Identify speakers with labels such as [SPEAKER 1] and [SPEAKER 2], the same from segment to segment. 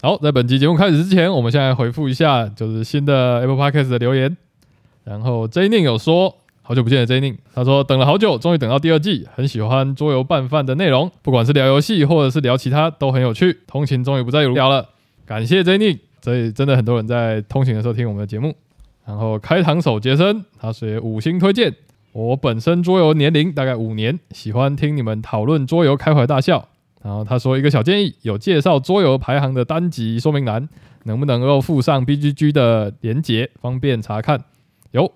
[SPEAKER 1] 好，在本期节目开始之前，我们现在回复一下就是新的 Apple Podcast 的留言。然后 J Ning 有说，好久不见的 J Ning，他说等了好久，终于等到第二季，很喜欢桌游拌饭的内容，不管是聊游戏或者是聊其他都很有趣。通勤终于不再无聊了，感谢 J Ning。所以真的很多人在通勤的时候听我们的节目。然后开膛手杰森，他写五星推荐。我本身桌游年龄大概五年，喜欢听你们讨论桌游，开怀大笑。然后他说一个小建议，有介绍桌游排行的单集说明栏，能不能够附上 B G G 的连结，方便查看？有，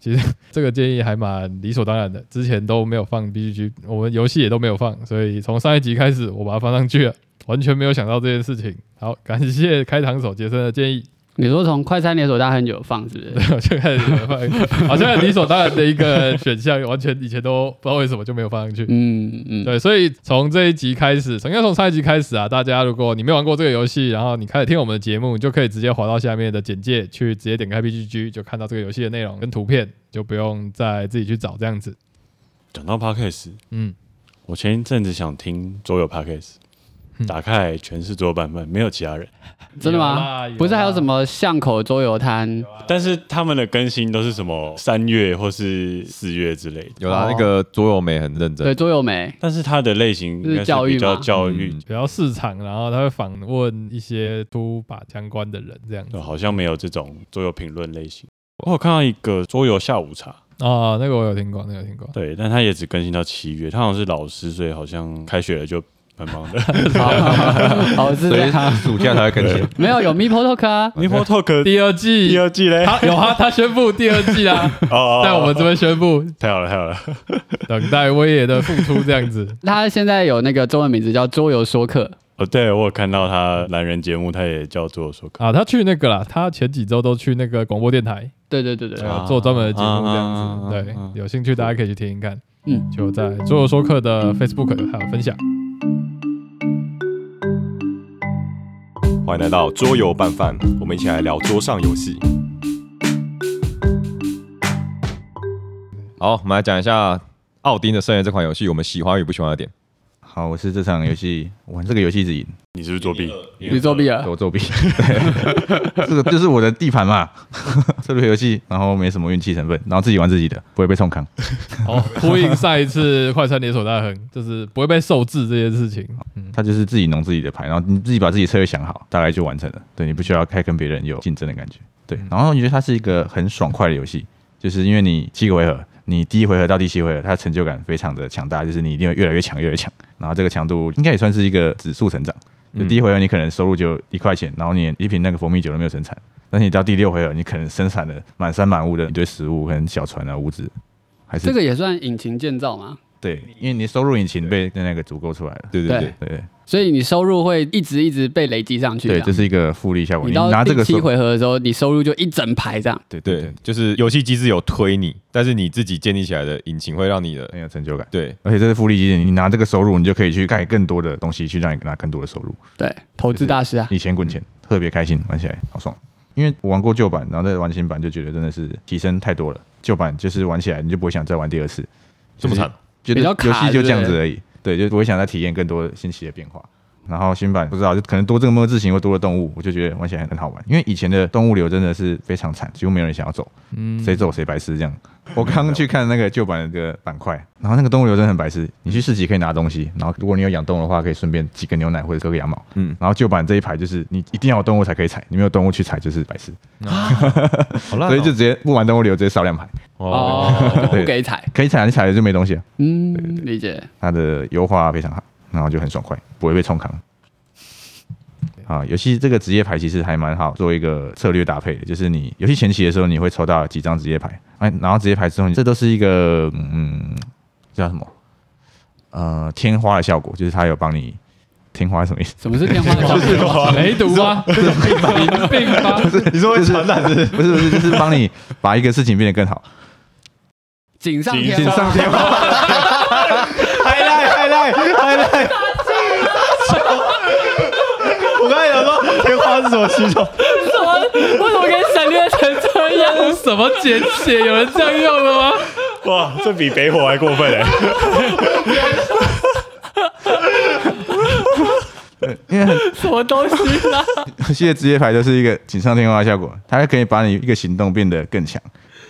[SPEAKER 1] 其实这个建议还蛮理所当然的，之前都没有放 B G G，我们游戏也都没有放，所以从上一集开始我把它放上去了，完全没有想到这件事情。好，感谢开膛手杰森的建议，
[SPEAKER 2] 你说从快餐连锁到很久放是不 是？
[SPEAKER 1] 我就开始有人放，好像理所当然的一个选项，完全以前都不知道为什么就没有放上去。
[SPEAKER 2] 嗯嗯，
[SPEAKER 1] 对，所以从这一集开始，应该从上一集开始啊，大家如果你没玩过这个游戏，然后你开始听我们的节目，你就可以直接滑到下面的简介，去直接点开 BGG，就看到这个游戏的内容跟图片，就不用再自己去
[SPEAKER 3] 嗯
[SPEAKER 1] 找这样子。
[SPEAKER 3] 讲到 podcast，
[SPEAKER 1] 嗯，
[SPEAKER 3] 我前一阵子想听桌游
[SPEAKER 1] 嗯
[SPEAKER 3] podcast，打开全是桌游版本，没有其他人，
[SPEAKER 2] 真
[SPEAKER 1] 有
[SPEAKER 2] 的吗
[SPEAKER 1] 啦有啦？
[SPEAKER 2] 不是还有什么巷口桌游 摊？
[SPEAKER 3] 但是他们的更新都是什么三月或是四月之类的，
[SPEAKER 4] 有啦，
[SPEAKER 2] 哦
[SPEAKER 4] 那个桌游美很认
[SPEAKER 2] 对，
[SPEAKER 4] 真，嗯
[SPEAKER 2] 桌游没。
[SPEAKER 3] 但是它的类型应
[SPEAKER 2] 就是
[SPEAKER 3] 该
[SPEAKER 2] 教育
[SPEAKER 3] 比较
[SPEAKER 2] 嘛
[SPEAKER 3] 教育
[SPEAKER 4] 嗯，
[SPEAKER 1] 主要市场，然后他会访问一些出版相关的人这样子。
[SPEAKER 3] 呃好像没有这种桌游评论类型。我有看到一个桌游下午茶，
[SPEAKER 1] 啊，那个我有听过，那个有听过。
[SPEAKER 3] 对，但它也只更新到七月，它好像是老师，所以好像开学了就蛮忙的。
[SPEAKER 2] 好， 好是
[SPEAKER 4] 所
[SPEAKER 2] 这
[SPEAKER 4] 以
[SPEAKER 2] 样。
[SPEAKER 4] 暑假才会更新。
[SPEAKER 2] 没有有 Meeple Talk 啊，
[SPEAKER 3] n i p p Talk
[SPEAKER 1] 第二季
[SPEAKER 3] 第，二季嘞，
[SPEAKER 1] 他有他他宣布第二季啦，
[SPEAKER 3] 哦
[SPEAKER 1] 在我们这边宣布，
[SPEAKER 3] 太好了，太好了。
[SPEAKER 1] 等待威爷的复出这样子。
[SPEAKER 2] 他现在有那个中文名字叫桌游说客，
[SPEAKER 3] 哦，对我有看到他懒人节目，他也叫做说客，
[SPEAKER 1] 啊，他去那个啦，他前几周都去那个广播电台，
[SPEAKER 2] 对对对对，
[SPEAKER 1] 呃
[SPEAKER 3] 啊
[SPEAKER 1] 做专门的节目这样子。
[SPEAKER 3] 啊
[SPEAKER 1] 对，
[SPEAKER 3] 啊
[SPEAKER 1] 有兴趣大家可以去听听看。
[SPEAKER 2] 嗯，
[SPEAKER 1] 就在桌游说客的 Facebook 还有分享。
[SPEAKER 5] 欢迎来到桌游拌饭，我们一起来聊桌上游戏。
[SPEAKER 4] 好，我们来讲一下《奥丁的盛宴》这款游戏，我们喜欢与不喜欢的点。
[SPEAKER 6] 好，我是这场游戏玩这个游戏一直赢，
[SPEAKER 3] 你是不是作弊？
[SPEAKER 2] 你作弊了，
[SPEAKER 4] 我作弊，
[SPEAKER 6] 啊 这个就是我的地盘嘛， 策略游戏，然后没什么运气成分，然后自己玩自己的，不会被冲康。
[SPEAKER 1] 好，呼应上一次快餐连锁大亨，就是不会被受制这件事情。嗯，
[SPEAKER 6] 它就是自己弄自己的牌，然后你自己把自己策略想好，大概就完成了。对你不需要太跟别人有竞争的感觉。对，然后你觉得它是一个很爽快的游戏，就是因为你七个回合，你第一回合到第七回合，它的成就感非常的强大，就是你一定会越来越强，越来越强。然后这个强度应该也算是一个指数成长。就
[SPEAKER 4] 嗯
[SPEAKER 6] 第一回合你可能收入就一块钱，然后你一瓶那个蜂蜜酒都没有生产，但是你到第六回合，你可能生产了满山满屋的一堆食物，可能小船啊、屋子，还是
[SPEAKER 2] 这个也算引擎建造嘛，
[SPEAKER 6] 对，因为你收入引擎被那个足够出来了。
[SPEAKER 4] 对对对，
[SPEAKER 6] 对对
[SPEAKER 2] 所以你收入会一直一直被累积上去，
[SPEAKER 6] 对，
[SPEAKER 2] 这
[SPEAKER 6] 这
[SPEAKER 2] 样
[SPEAKER 6] 是一个复利效果。
[SPEAKER 2] 啊你
[SPEAKER 6] 你
[SPEAKER 2] 到
[SPEAKER 6] 拿这
[SPEAKER 2] 第
[SPEAKER 6] 个
[SPEAKER 2] 七
[SPEAKER 6] 收
[SPEAKER 2] 回合的时候，你收入就一整排这样，
[SPEAKER 6] 对对
[SPEAKER 4] 对
[SPEAKER 6] 对，，
[SPEAKER 4] 就是游戏机制有推你，但是你自己建立起来的引擎会让你的
[SPEAKER 6] 很有成就感。
[SPEAKER 4] 对
[SPEAKER 6] 而且这是复利机制，你拿这个收入，你就可以去盖更多的东西，去让你拿更多的收入。
[SPEAKER 2] 对，投资大师啊，
[SPEAKER 6] 以前滚钱，特别开心，玩起来好爽。因为我玩过旧版，然后再玩新版，就觉得真的是提升太多了。旧版就是玩起来你就不会想再玩第二次，
[SPEAKER 4] 这么 惨，
[SPEAKER 6] 就
[SPEAKER 2] 比
[SPEAKER 6] 是
[SPEAKER 2] 较卡
[SPEAKER 6] 游戏就这样
[SPEAKER 2] 对
[SPEAKER 6] 子
[SPEAKER 2] 不
[SPEAKER 6] 而已。对，就不会想再体验更多新奇的变化。然后新版不知道，就可能多这个么字形或多了动物，我就觉得玩起来很好玩。因为以前的动物流真的是非常惨，几乎没有人想要走。
[SPEAKER 1] 嗯
[SPEAKER 6] 谁走谁白痴这样。我刚去看那个旧版的这个板块，然后那个动物流真的很白痴。你去市集可以拿东西，然后如果你有养动物的话，可以顺便挤个牛奶或者割个羊毛。
[SPEAKER 4] 嗯
[SPEAKER 6] 嗯，然后旧版这一排就是你一定要有动物才可以踩，你没有动物去踩就是白痴，
[SPEAKER 2] 啊
[SPEAKER 4] 好烂哦，
[SPEAKER 6] 所以就直接不玩动物流，直接少两排。
[SPEAKER 4] 哦，
[SPEAKER 2] 哦，就不
[SPEAKER 6] 对
[SPEAKER 2] 给踩，
[SPEAKER 6] 可以啊踩，你踩了就没东西了。
[SPEAKER 2] 嗯，理解，
[SPEAKER 6] 它的优化非常好，然后就很爽快，不会被冲扛。啊，游戏这个职业牌其实还蛮好做一个策略搭配的，就是你游戏前期的时候，你会抽到几张职业牌，哎，然后职业牌之后，这都是一个嗯，叫什么？呃，天花的效果，就是它有帮你天花是什么意思？
[SPEAKER 2] 什么是天花板？
[SPEAKER 1] 梅毒吗？ 淋病吗？
[SPEAKER 6] 你说会传染是不是？不是不是，就是帮你把一个事情变得更好，
[SPEAKER 2] 锦上添
[SPEAKER 6] 锦
[SPEAKER 2] 花，
[SPEAKER 6] 上添花。
[SPEAKER 5] 嗨赖嗨赖嗨赖！我刚才想说天花是什么形状？
[SPEAKER 2] 为什么可以省略成这样？
[SPEAKER 1] 什么简写？有人这样用的吗？
[SPEAKER 3] 哇，这比北火还过分哎！
[SPEAKER 6] 因为很
[SPEAKER 2] 什么东西啦？
[SPEAKER 6] 游戏的职业牌就是一个锦上添花的效果，它可以把你一个行动变得更强。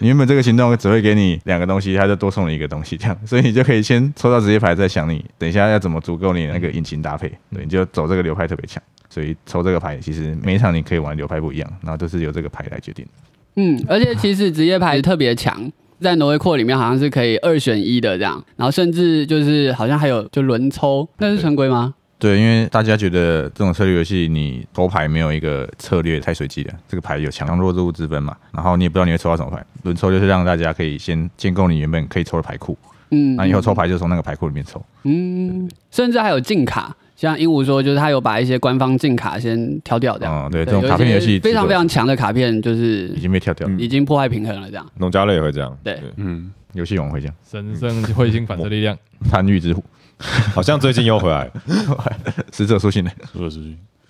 [SPEAKER 6] 你原本这个行动只会给你两个东西，它就多送你一个东西，这样， 所以你就可以先抽到职业牌，再想你等一下要怎么足够你那个引擎搭配。对，你就走这个流派特别强，所以抽这个牌其实每一场你可以玩流派不一样，然后都是由这个牌来决定。
[SPEAKER 2] 嗯，而且其实职业牌特别强，在挪威扩里面好像是可以二选一的这样，然后甚至就是好像还有就轮抽，那是常规吗？
[SPEAKER 6] 对，因为大家觉得这种策略游戏，你抽牌没有一个策略太随机了，这个牌有强弱弱之分嘛，然后你也不知道你会抽到什么牌。轮抽就是让大家可以先建构你原本可以抽的牌库，
[SPEAKER 2] 嗯，
[SPEAKER 6] 那以啊后抽牌就从那个牌库里面抽。
[SPEAKER 2] 嗯，甚至还有禁卡，像鹦鹉说，就是他有把一些官方禁卡先挑掉这样。
[SPEAKER 6] 哦，对，这种卡片
[SPEAKER 2] 有
[SPEAKER 6] 游
[SPEAKER 2] 一些
[SPEAKER 6] 戏
[SPEAKER 2] 非常非常强的卡片，就是
[SPEAKER 6] 已经被跳掉了，
[SPEAKER 2] 已经破坏平衡了这样。
[SPEAKER 4] 嗯农家乐也会这样，
[SPEAKER 2] 对
[SPEAKER 3] 嗯，
[SPEAKER 6] 游戏王会这样，
[SPEAKER 1] 神圣彗星反射力量，
[SPEAKER 6] 贪欲之虎，
[SPEAKER 4] 好像最近又回来 了，
[SPEAKER 6] 死者苏醒了。
[SPEAKER 3] 说的是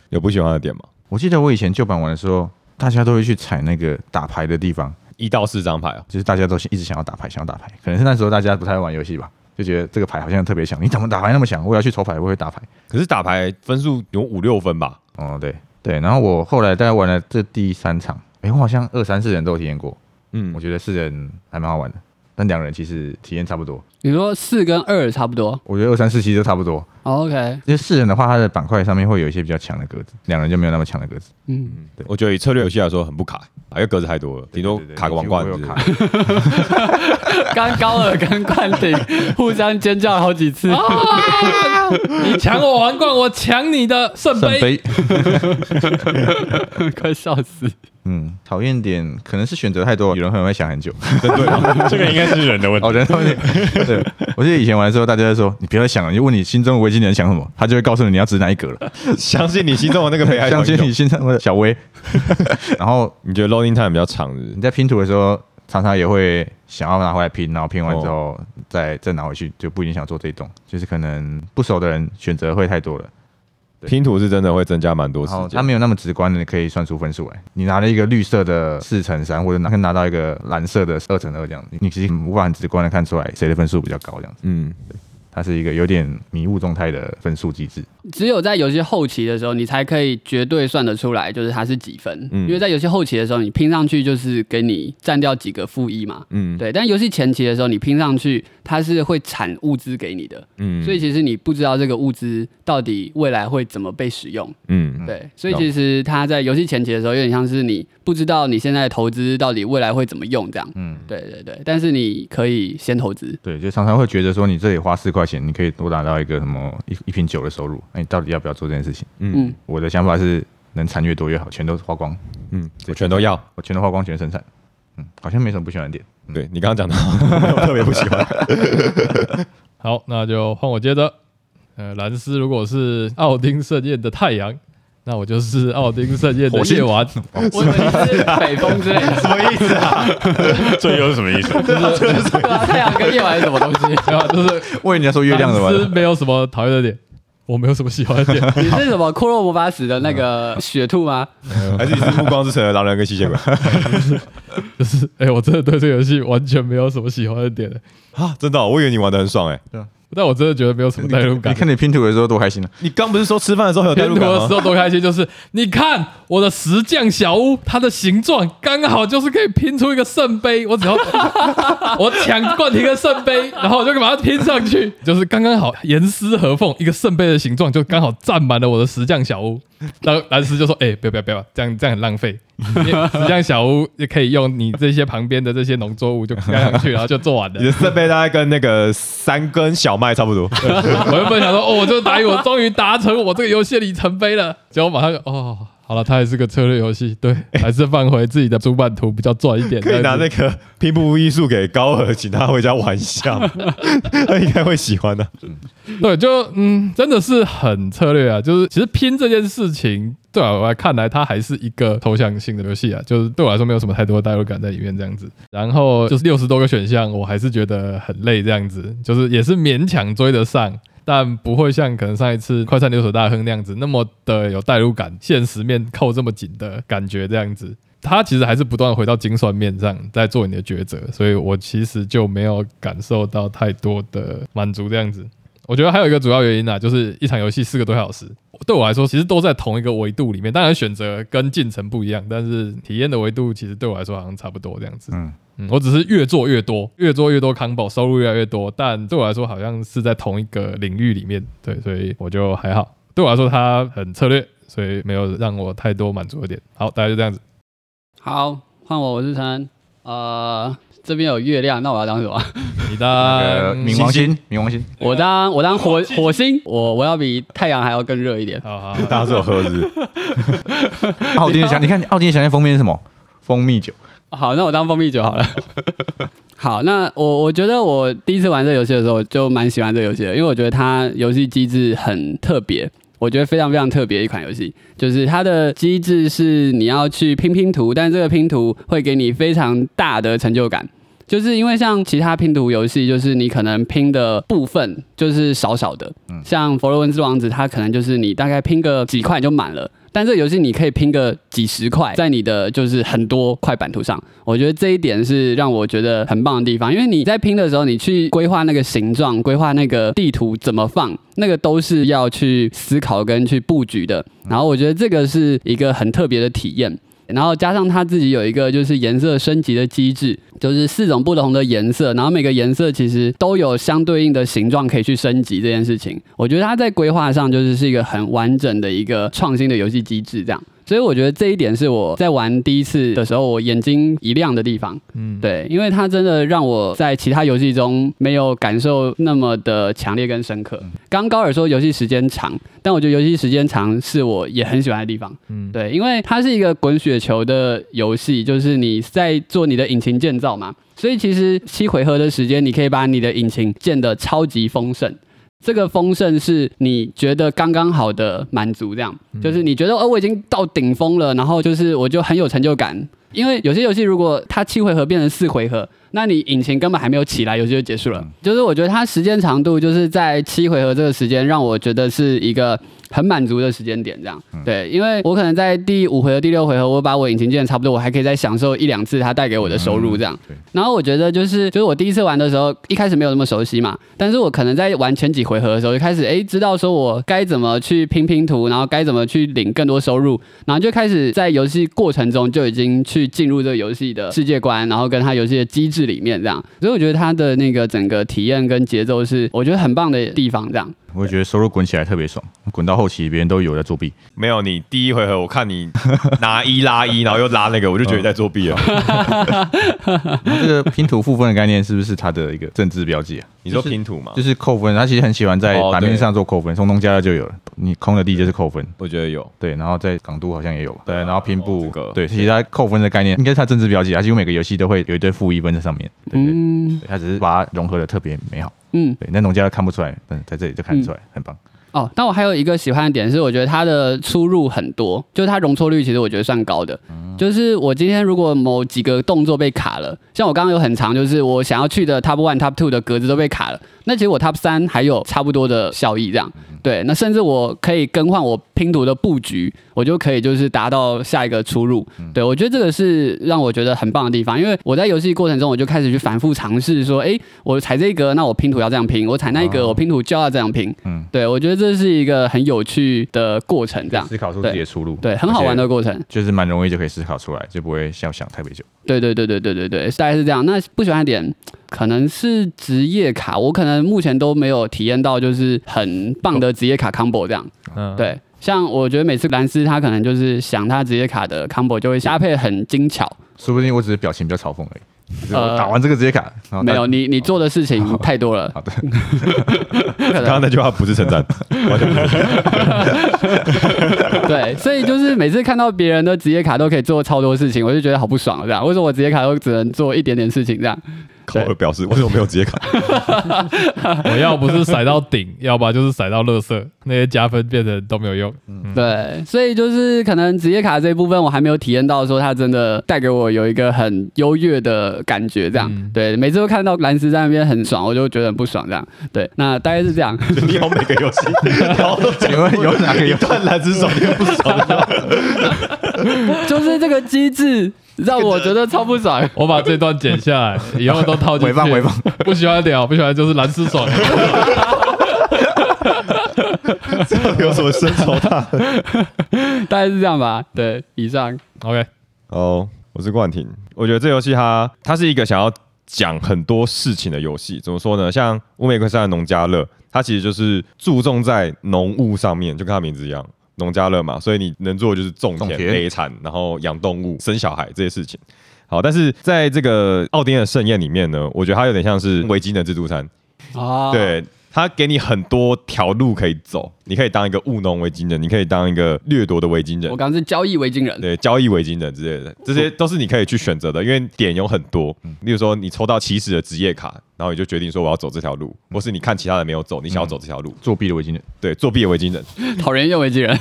[SPEAKER 4] 有不喜欢的点吗？
[SPEAKER 6] 我记得我以前旧版玩的时候，大家都会去踩那个打牌的地方，
[SPEAKER 4] 一到四张牌啊，
[SPEAKER 6] 就是大家都一直想要打牌，想要打牌，可能是那时候大家不太会玩游戏吧，就觉得这个牌好像特别强，你怎么打牌那么强？我也要去抽牌，我也会打牌。
[SPEAKER 4] 可是打牌分数有五六分吧？
[SPEAKER 6] 哦，对对，然后我后来大概玩了这第三场，诶，我好像二三四人都有体验过，
[SPEAKER 4] 嗯，
[SPEAKER 6] 我觉得四人还蛮好玩的，但两人其实体验差不多，
[SPEAKER 2] 你说四跟二差不多、哦
[SPEAKER 6] 我觉得二三四其实都差不多。
[SPEAKER 2] o k
[SPEAKER 6] 因为四人的话，它的板块上面会有一些比较强的格子，两人就没有那么强的格子，
[SPEAKER 2] 嗯，
[SPEAKER 4] 我觉得以策略游戏来说很不卡，啊，因为格子太多了，顶多
[SPEAKER 6] 对
[SPEAKER 4] 卡个王冠
[SPEAKER 6] 几乎
[SPEAKER 4] 之
[SPEAKER 6] 会
[SPEAKER 4] 类
[SPEAKER 6] 有
[SPEAKER 4] 的
[SPEAKER 6] 卡。
[SPEAKER 2] 刚高尔跟冠廷互相尖叫了好几次，
[SPEAKER 1] 你抢我皇冠，我抢你的圣
[SPEAKER 6] 圣
[SPEAKER 1] 杯。
[SPEAKER 6] 杯，
[SPEAKER 2] 快笑死！
[SPEAKER 6] 嗯，讨厌点可能是选择太多，有人可能会想 很久。
[SPEAKER 3] 对吧？这个应该是人的问题
[SPEAKER 6] 哦，。人讨厌，对，我记得以前玩的时候，大家就说你不要再想了，你就问你心中的维京人想什么，他就会告诉你你要指哪一格了。
[SPEAKER 4] 相信你心中的那个陪爱，
[SPEAKER 6] 相信你，心中的小 薇。然后
[SPEAKER 4] 你觉得 loading time 比较长是不是
[SPEAKER 6] 你在拼图的时候，常常也会想要拿回来拼，然后拼完之
[SPEAKER 4] 哦
[SPEAKER 6] 后再再拿回去，就不一定想做这一栋，就是可能不熟的人选择会太多了。
[SPEAKER 4] 拼图是真的会增加蛮多时
[SPEAKER 6] 然后它
[SPEAKER 4] 间。
[SPEAKER 6] 没有那么直观的，可以算出分数来。你拿了一个绿色的四乘三，或者拿拿到一个蓝色的二乘二这样，你你其实无法很直观的看出来谁的分数比较高这样子。
[SPEAKER 4] 嗯，
[SPEAKER 6] 它是一个有点迷雾状态的分数机制。
[SPEAKER 2] 只有在游戏后期的时候，你才可以绝对算得出来，就是它是几分。
[SPEAKER 4] 嗯
[SPEAKER 2] 因为在游戏后期的时候，你拼上去就是给你占掉几个负一嘛。
[SPEAKER 4] 嗯
[SPEAKER 2] 对，但游戏前期的时候，你拼上去，它是会产物资给你的，
[SPEAKER 4] 嗯
[SPEAKER 2] 所以其实你不知道这个物资到底未来会怎么被使用。
[SPEAKER 4] 嗯
[SPEAKER 2] 对，所以其实它在游戏前期的时候，有点像是你不知道你现在的投资到底未来会怎么用这样。
[SPEAKER 6] 嗯，
[SPEAKER 2] 对对对，但是你可以先投资。
[SPEAKER 6] 对，就常常会觉得说，你这里花四块钱，你可以多拿到一个什么一一瓶酒的收入，那哎你到底要不要做这件事情？
[SPEAKER 2] 嗯
[SPEAKER 4] 嗯，
[SPEAKER 6] 我的想法是，能产越多越好，全都花光，
[SPEAKER 4] 嗯，我全都要。
[SPEAKER 6] 我全都花光，全生产。嗯，好像没什么不喜欢的点。
[SPEAKER 4] 对你刚刚讲到，我特别不喜欢。
[SPEAKER 1] 好，那就换我接着。呃，蓝斯如果是奥丁盛宴的太阳，那我就是奥丁盛宴的夜晚。
[SPEAKER 2] 我以为你是北风之类的，
[SPEAKER 3] 这又是什么意思？
[SPEAKER 2] 对啊，太阳跟夜晚是什么东西？
[SPEAKER 1] 没有啊，就是
[SPEAKER 6] 问人家说月亮怎么
[SPEAKER 1] 蓝斯
[SPEAKER 6] 了？
[SPEAKER 1] 没有什么讨厌的点，我没有什么喜欢的点。
[SPEAKER 2] 你是什么骷髅魔法使的那个雪兔吗？
[SPEAKER 4] 还是你是暮 光之城的狼人跟吸血鬼
[SPEAKER 1] 就是，哎、我真的对这个游戏完全没有什么喜欢的点，
[SPEAKER 4] 啊？真的哦、我以为你玩的很爽哎、
[SPEAKER 1] 但我真的觉得没有 什么代入
[SPEAKER 6] 你
[SPEAKER 1] 感。
[SPEAKER 6] 看你拼图的时候多开心啊！
[SPEAKER 4] 你刚不是说吃饭的时候很有代
[SPEAKER 1] 拼
[SPEAKER 4] 入
[SPEAKER 1] 图
[SPEAKER 4] 感
[SPEAKER 1] 的时
[SPEAKER 4] 吗？
[SPEAKER 1] 候多开心，就是你看我的石匠小屋，它的形状刚好就是可以拼出一个圣杯，我只要 我抢冠廷的圣杯，然后我就把它拼上去，就是刚刚好严丝合缝，一个圣杯的形状就刚好占满了我的石匠小屋。然后蓝斯就说：“哎、不要不要不要，这样这样很浪费。因为石匠小屋也可以用你这些旁边的这些农作物就盖上去，然后就做完了
[SPEAKER 4] 你。的设备大概跟那个三根小麦差不多。
[SPEAKER 1] 我原本想说，哦，我这打赢，我终于达成我这个游戏的里程碑了。结果马上就，哦，好了，它还是个策略游戏，对，还是放回自己的主版图比较赚一 点。
[SPEAKER 4] 可以拿
[SPEAKER 1] 这
[SPEAKER 4] 那
[SPEAKER 1] 样子
[SPEAKER 4] 个拼布艺术给高尔，请他回家玩一下吗， 他应该会喜欢的、
[SPEAKER 1] 对，就嗯，真的是很策略啊。就是其实拼这件事情，对我来看来，它还是一个抽象性的游戏啊。就是对我来说，没有什么太多的代入感在里面这样子。然后就是六十多个选项，我还是觉得很累这样子，就是也是勉强追得上。但不会像可能上一次《快餐流水大亨》那样子那么的有代入感，现实面扣这么紧的感觉这样子。它其实还是不断地回到精算面上，在做你的抉择，所以我其实就没有感受到太多的满足这样子。我觉得还有一个主要原因啊，就是一场游戏四个多小时，对我来说，其实都在同一个维度里面，当然选择跟进程不一样，但是体验的维度其实对我来说好像差不多这样子。
[SPEAKER 6] 嗯
[SPEAKER 1] 嗯，我只是越做越多，越做越多 combo，收入越来越多，但对我来说好像是在同一个领域里面，对，所以我就还好。对我来说，它很策略，所以没有让我太多满足的点。好，大家就这样子。
[SPEAKER 2] 好，换我，我是陈安。呃，这边有月亮，那我要当什么？
[SPEAKER 1] 你
[SPEAKER 6] 呃，
[SPEAKER 1] 当
[SPEAKER 6] 冥王，星，冥王星，
[SPEAKER 2] 我当我当火火星，我我要比太阳还要更热一点。
[SPEAKER 1] 好好，
[SPEAKER 4] 大家是有喝是不是？
[SPEAKER 6] 奥丁的想，你看奥丁的想念封面是什么？蜂蜜酒。
[SPEAKER 2] 好，那我当蜂蜜酒好了。 好，那我我觉得我第一次玩这游戏的时候，我就蛮喜欢这游戏的，因为我觉得它游戏机制很特别，我觉得非常非常特别一款游戏。就是它的机制是你要去拼拼图，但这个拼图会给你非常大的成就感。就是因为像其他拼图游戏，就是你可能拼的部分就是少少的，像《佛罗伦斯王子》，它可能就是你大概拼个几块就满了，但这个游戏你可以拼个几十块，在你的就是很多块版图上，我觉得这一点是让我觉得很棒的地方，因为你在拼的时候，你去规划那个形状、规划那个地图怎么放，那个都是要去思考跟去布局的。然后我觉得这个是一个很特别的体验。然后加上它自己有一个就是颜色升级的机制，就是四种不同的颜色，然后每个颜色其实都有相对应的形状可以去升级这件事情。我觉得它在规划上就是是一个很完整的一个创新的游戏机制，这样。所以我觉得这一点是我在玩第一次的时候，我眼睛一亮的地方。
[SPEAKER 1] 嗯，
[SPEAKER 2] 对，因为它真的让我在其他游戏中没有感受那么的强烈跟深刻。刚刚高尔说游戏时间长，但我觉得游戏时间长是我也很喜欢的地方。
[SPEAKER 1] 嗯，
[SPEAKER 2] 对，因为它是一个滚雪球的游戏，就是你在做你的引擎建造嘛，所以其实七回合的时间，你可以把你的引擎建得超级丰盛。这个丰盛是你觉得刚刚好的满足，这样就是你觉得哦，我已经到顶峰了，然后就是我就很有成就感。因为有些游戏如果它七回合变成四回合，那你引擎根本还没有起来，游戏就结束了。就是我觉得它时间长度就是在七回合这个时间，让我觉得是一个很满足的时间点，这样。对，因为我可能在第五回合、第六回合，我把我引擎建得差不多，我还可以再享受一两次它带给我的收入这样。
[SPEAKER 6] 对
[SPEAKER 2] 然后我觉得就是就是我第一次玩的时候，一开始没有那么熟悉嘛，但是我可能在玩前几回合的时候，就开始哎知道说我该怎么去拼拼图，然后该怎么去领更多收入，然后就开始在游戏过程中就已经去进入这个游戏的世界观，然后跟它游戏的机制里面这样。所以我觉得它的那个整个体验跟节奏是我觉得很棒的地方，这样。
[SPEAKER 6] 我也觉得收入滚起来特别爽，滚到后期别人都有在作 弊，
[SPEAKER 5] 没有你第一回合，我看你拿一拉一，然后又拉那个，我就觉得你在作弊了。
[SPEAKER 6] 然后这个拼图赋分的概念是不是它的一个政治标记啊？
[SPEAKER 5] 你说
[SPEAKER 6] 就是
[SPEAKER 5] 拼图嘛
[SPEAKER 6] 就？是扣分，他其实很喜欢在
[SPEAKER 5] 哦
[SPEAKER 6] 版面上做扣分，从农家乐就有了，你空的地就是扣分，
[SPEAKER 5] 我觉得有，
[SPEAKER 6] 对，然后在港都好像也有吧，对，然后拼
[SPEAKER 5] 哦
[SPEAKER 6] 布
[SPEAKER 5] 这个，
[SPEAKER 6] 对，其实它扣分的概念应该是它政治标记，啊它几乎每个游戏都会有一堆负一分在上面，对对
[SPEAKER 2] 嗯
[SPEAKER 6] 对，它只是把它融合的特别美好，
[SPEAKER 2] 嗯。
[SPEAKER 6] 对，那农家乐看不出来，但是在这里就看得出来，很棒，
[SPEAKER 2] 哦，但我还有一个喜欢的点是，我觉得它的出入很多，就是它容错率其实我觉得算高的。就是我今天如果某几个动作被卡了，像我刚刚有很长，就是我想要去的 top one、top two 的格子都被卡了，那其实我 top 三还有差不多的效益这样。对，那甚至我可以更换我拼图的布局，我就可以就是达到下一个出入。对我觉得这个是让我觉得很棒的地方，因为我在游戏过程中我就开始去反复尝试说，诶，我踩这一格，那我拼图要这样拼；我踩那一格，我拼图就要这样拼。对，我觉得这是一个很有趣的过程，这样
[SPEAKER 6] 思考出自己的出路，
[SPEAKER 2] 对，很好玩
[SPEAKER 6] 而
[SPEAKER 2] 的
[SPEAKER 6] 且
[SPEAKER 2] 过程。
[SPEAKER 6] 就是蛮容易就可以思考出来，就不会想想特别久。
[SPEAKER 2] 对对对对对对对，大概是这样。那不喜欢的点可能是职业卡，我可能目前都没有体验到就是很棒的职业卡 combo 这样。
[SPEAKER 1] 嗯，
[SPEAKER 2] 对，像我觉得每次兰斯他可能就是想他职业卡的 combo 就会搭配很精巧。
[SPEAKER 6] 说不定我只是表情比较嘲讽而已。只是我
[SPEAKER 2] 呃
[SPEAKER 6] 打完这个职业卡，然后
[SPEAKER 2] 没有
[SPEAKER 6] 大
[SPEAKER 2] 你，你做的事情太多了。
[SPEAKER 6] 哦好的，
[SPEAKER 2] 可
[SPEAKER 5] 刚
[SPEAKER 2] 能
[SPEAKER 5] 刚那句话不是称赞，
[SPEAKER 2] 对，所以就是每次看到别人的职业卡都可以做超多事情，我就觉得好不爽，啊这样。为什么我职业卡都只能做一点点事情这样？
[SPEAKER 5] 口耳表示为什么没有直接卡？
[SPEAKER 1] 我要不是甩到顶，要不然就是甩到垃圾，那些加分变成都没有用。
[SPEAKER 2] 嗯对，所以就是可能职业卡这一部分，我还没有体验到说它真的带给我有一个很优越的感觉，这样。
[SPEAKER 1] 嗯
[SPEAKER 2] 对，每次都看到蓝斯在那边很爽，我就觉得很不爽，这样。对，那大概是 这样。
[SPEAKER 5] 你有每个游戏，然后都讲
[SPEAKER 6] 请问 有哪个有
[SPEAKER 5] 一段蓝之手，你不爽
[SPEAKER 2] 就是这个机制让我觉得超不 爽。
[SPEAKER 1] 我把这段剪下来，以后都套进去。
[SPEAKER 6] 回放回放，
[SPEAKER 1] 不喜欢聊，不喜欢就是蓝丝爽。
[SPEAKER 4] 这 到底有什么深仇大恨？
[SPEAKER 2] 大概是这样吧。对，以上
[SPEAKER 1] OK，
[SPEAKER 5] 哦，我是冠廷。我觉得这游戏它它是一个想要讲很多事情的游戏。怎么说呢？像乌梅克山的农家乐，它其实就是注重在农务上面，就跟它名字一样，农家乐嘛。所以你能做的就是种
[SPEAKER 6] 种
[SPEAKER 5] 田、
[SPEAKER 6] 田
[SPEAKER 5] 累产，然后养动物、生小孩这些事情。好，但是在这个奥丁的盛宴里面呢，我觉得它有点像是维京的自助餐。
[SPEAKER 4] 啊
[SPEAKER 2] 哦，，
[SPEAKER 5] 对，他给你很多条路可以走，你可以当一个务农维京人，你可以当一个掠夺的维京人
[SPEAKER 2] 我，刚刚是交易维京人，
[SPEAKER 5] 对，交易维京人之类的，这些都是你可以去选择的，因为点有很多。例如说，你抽到起始的职业卡，然后你就决定说我要走这条路，或是你看其他人没有走，你想要走这条路，
[SPEAKER 6] 作弊的维京人，
[SPEAKER 5] 对，作弊的维京人，
[SPEAKER 2] 讨人厌维京人。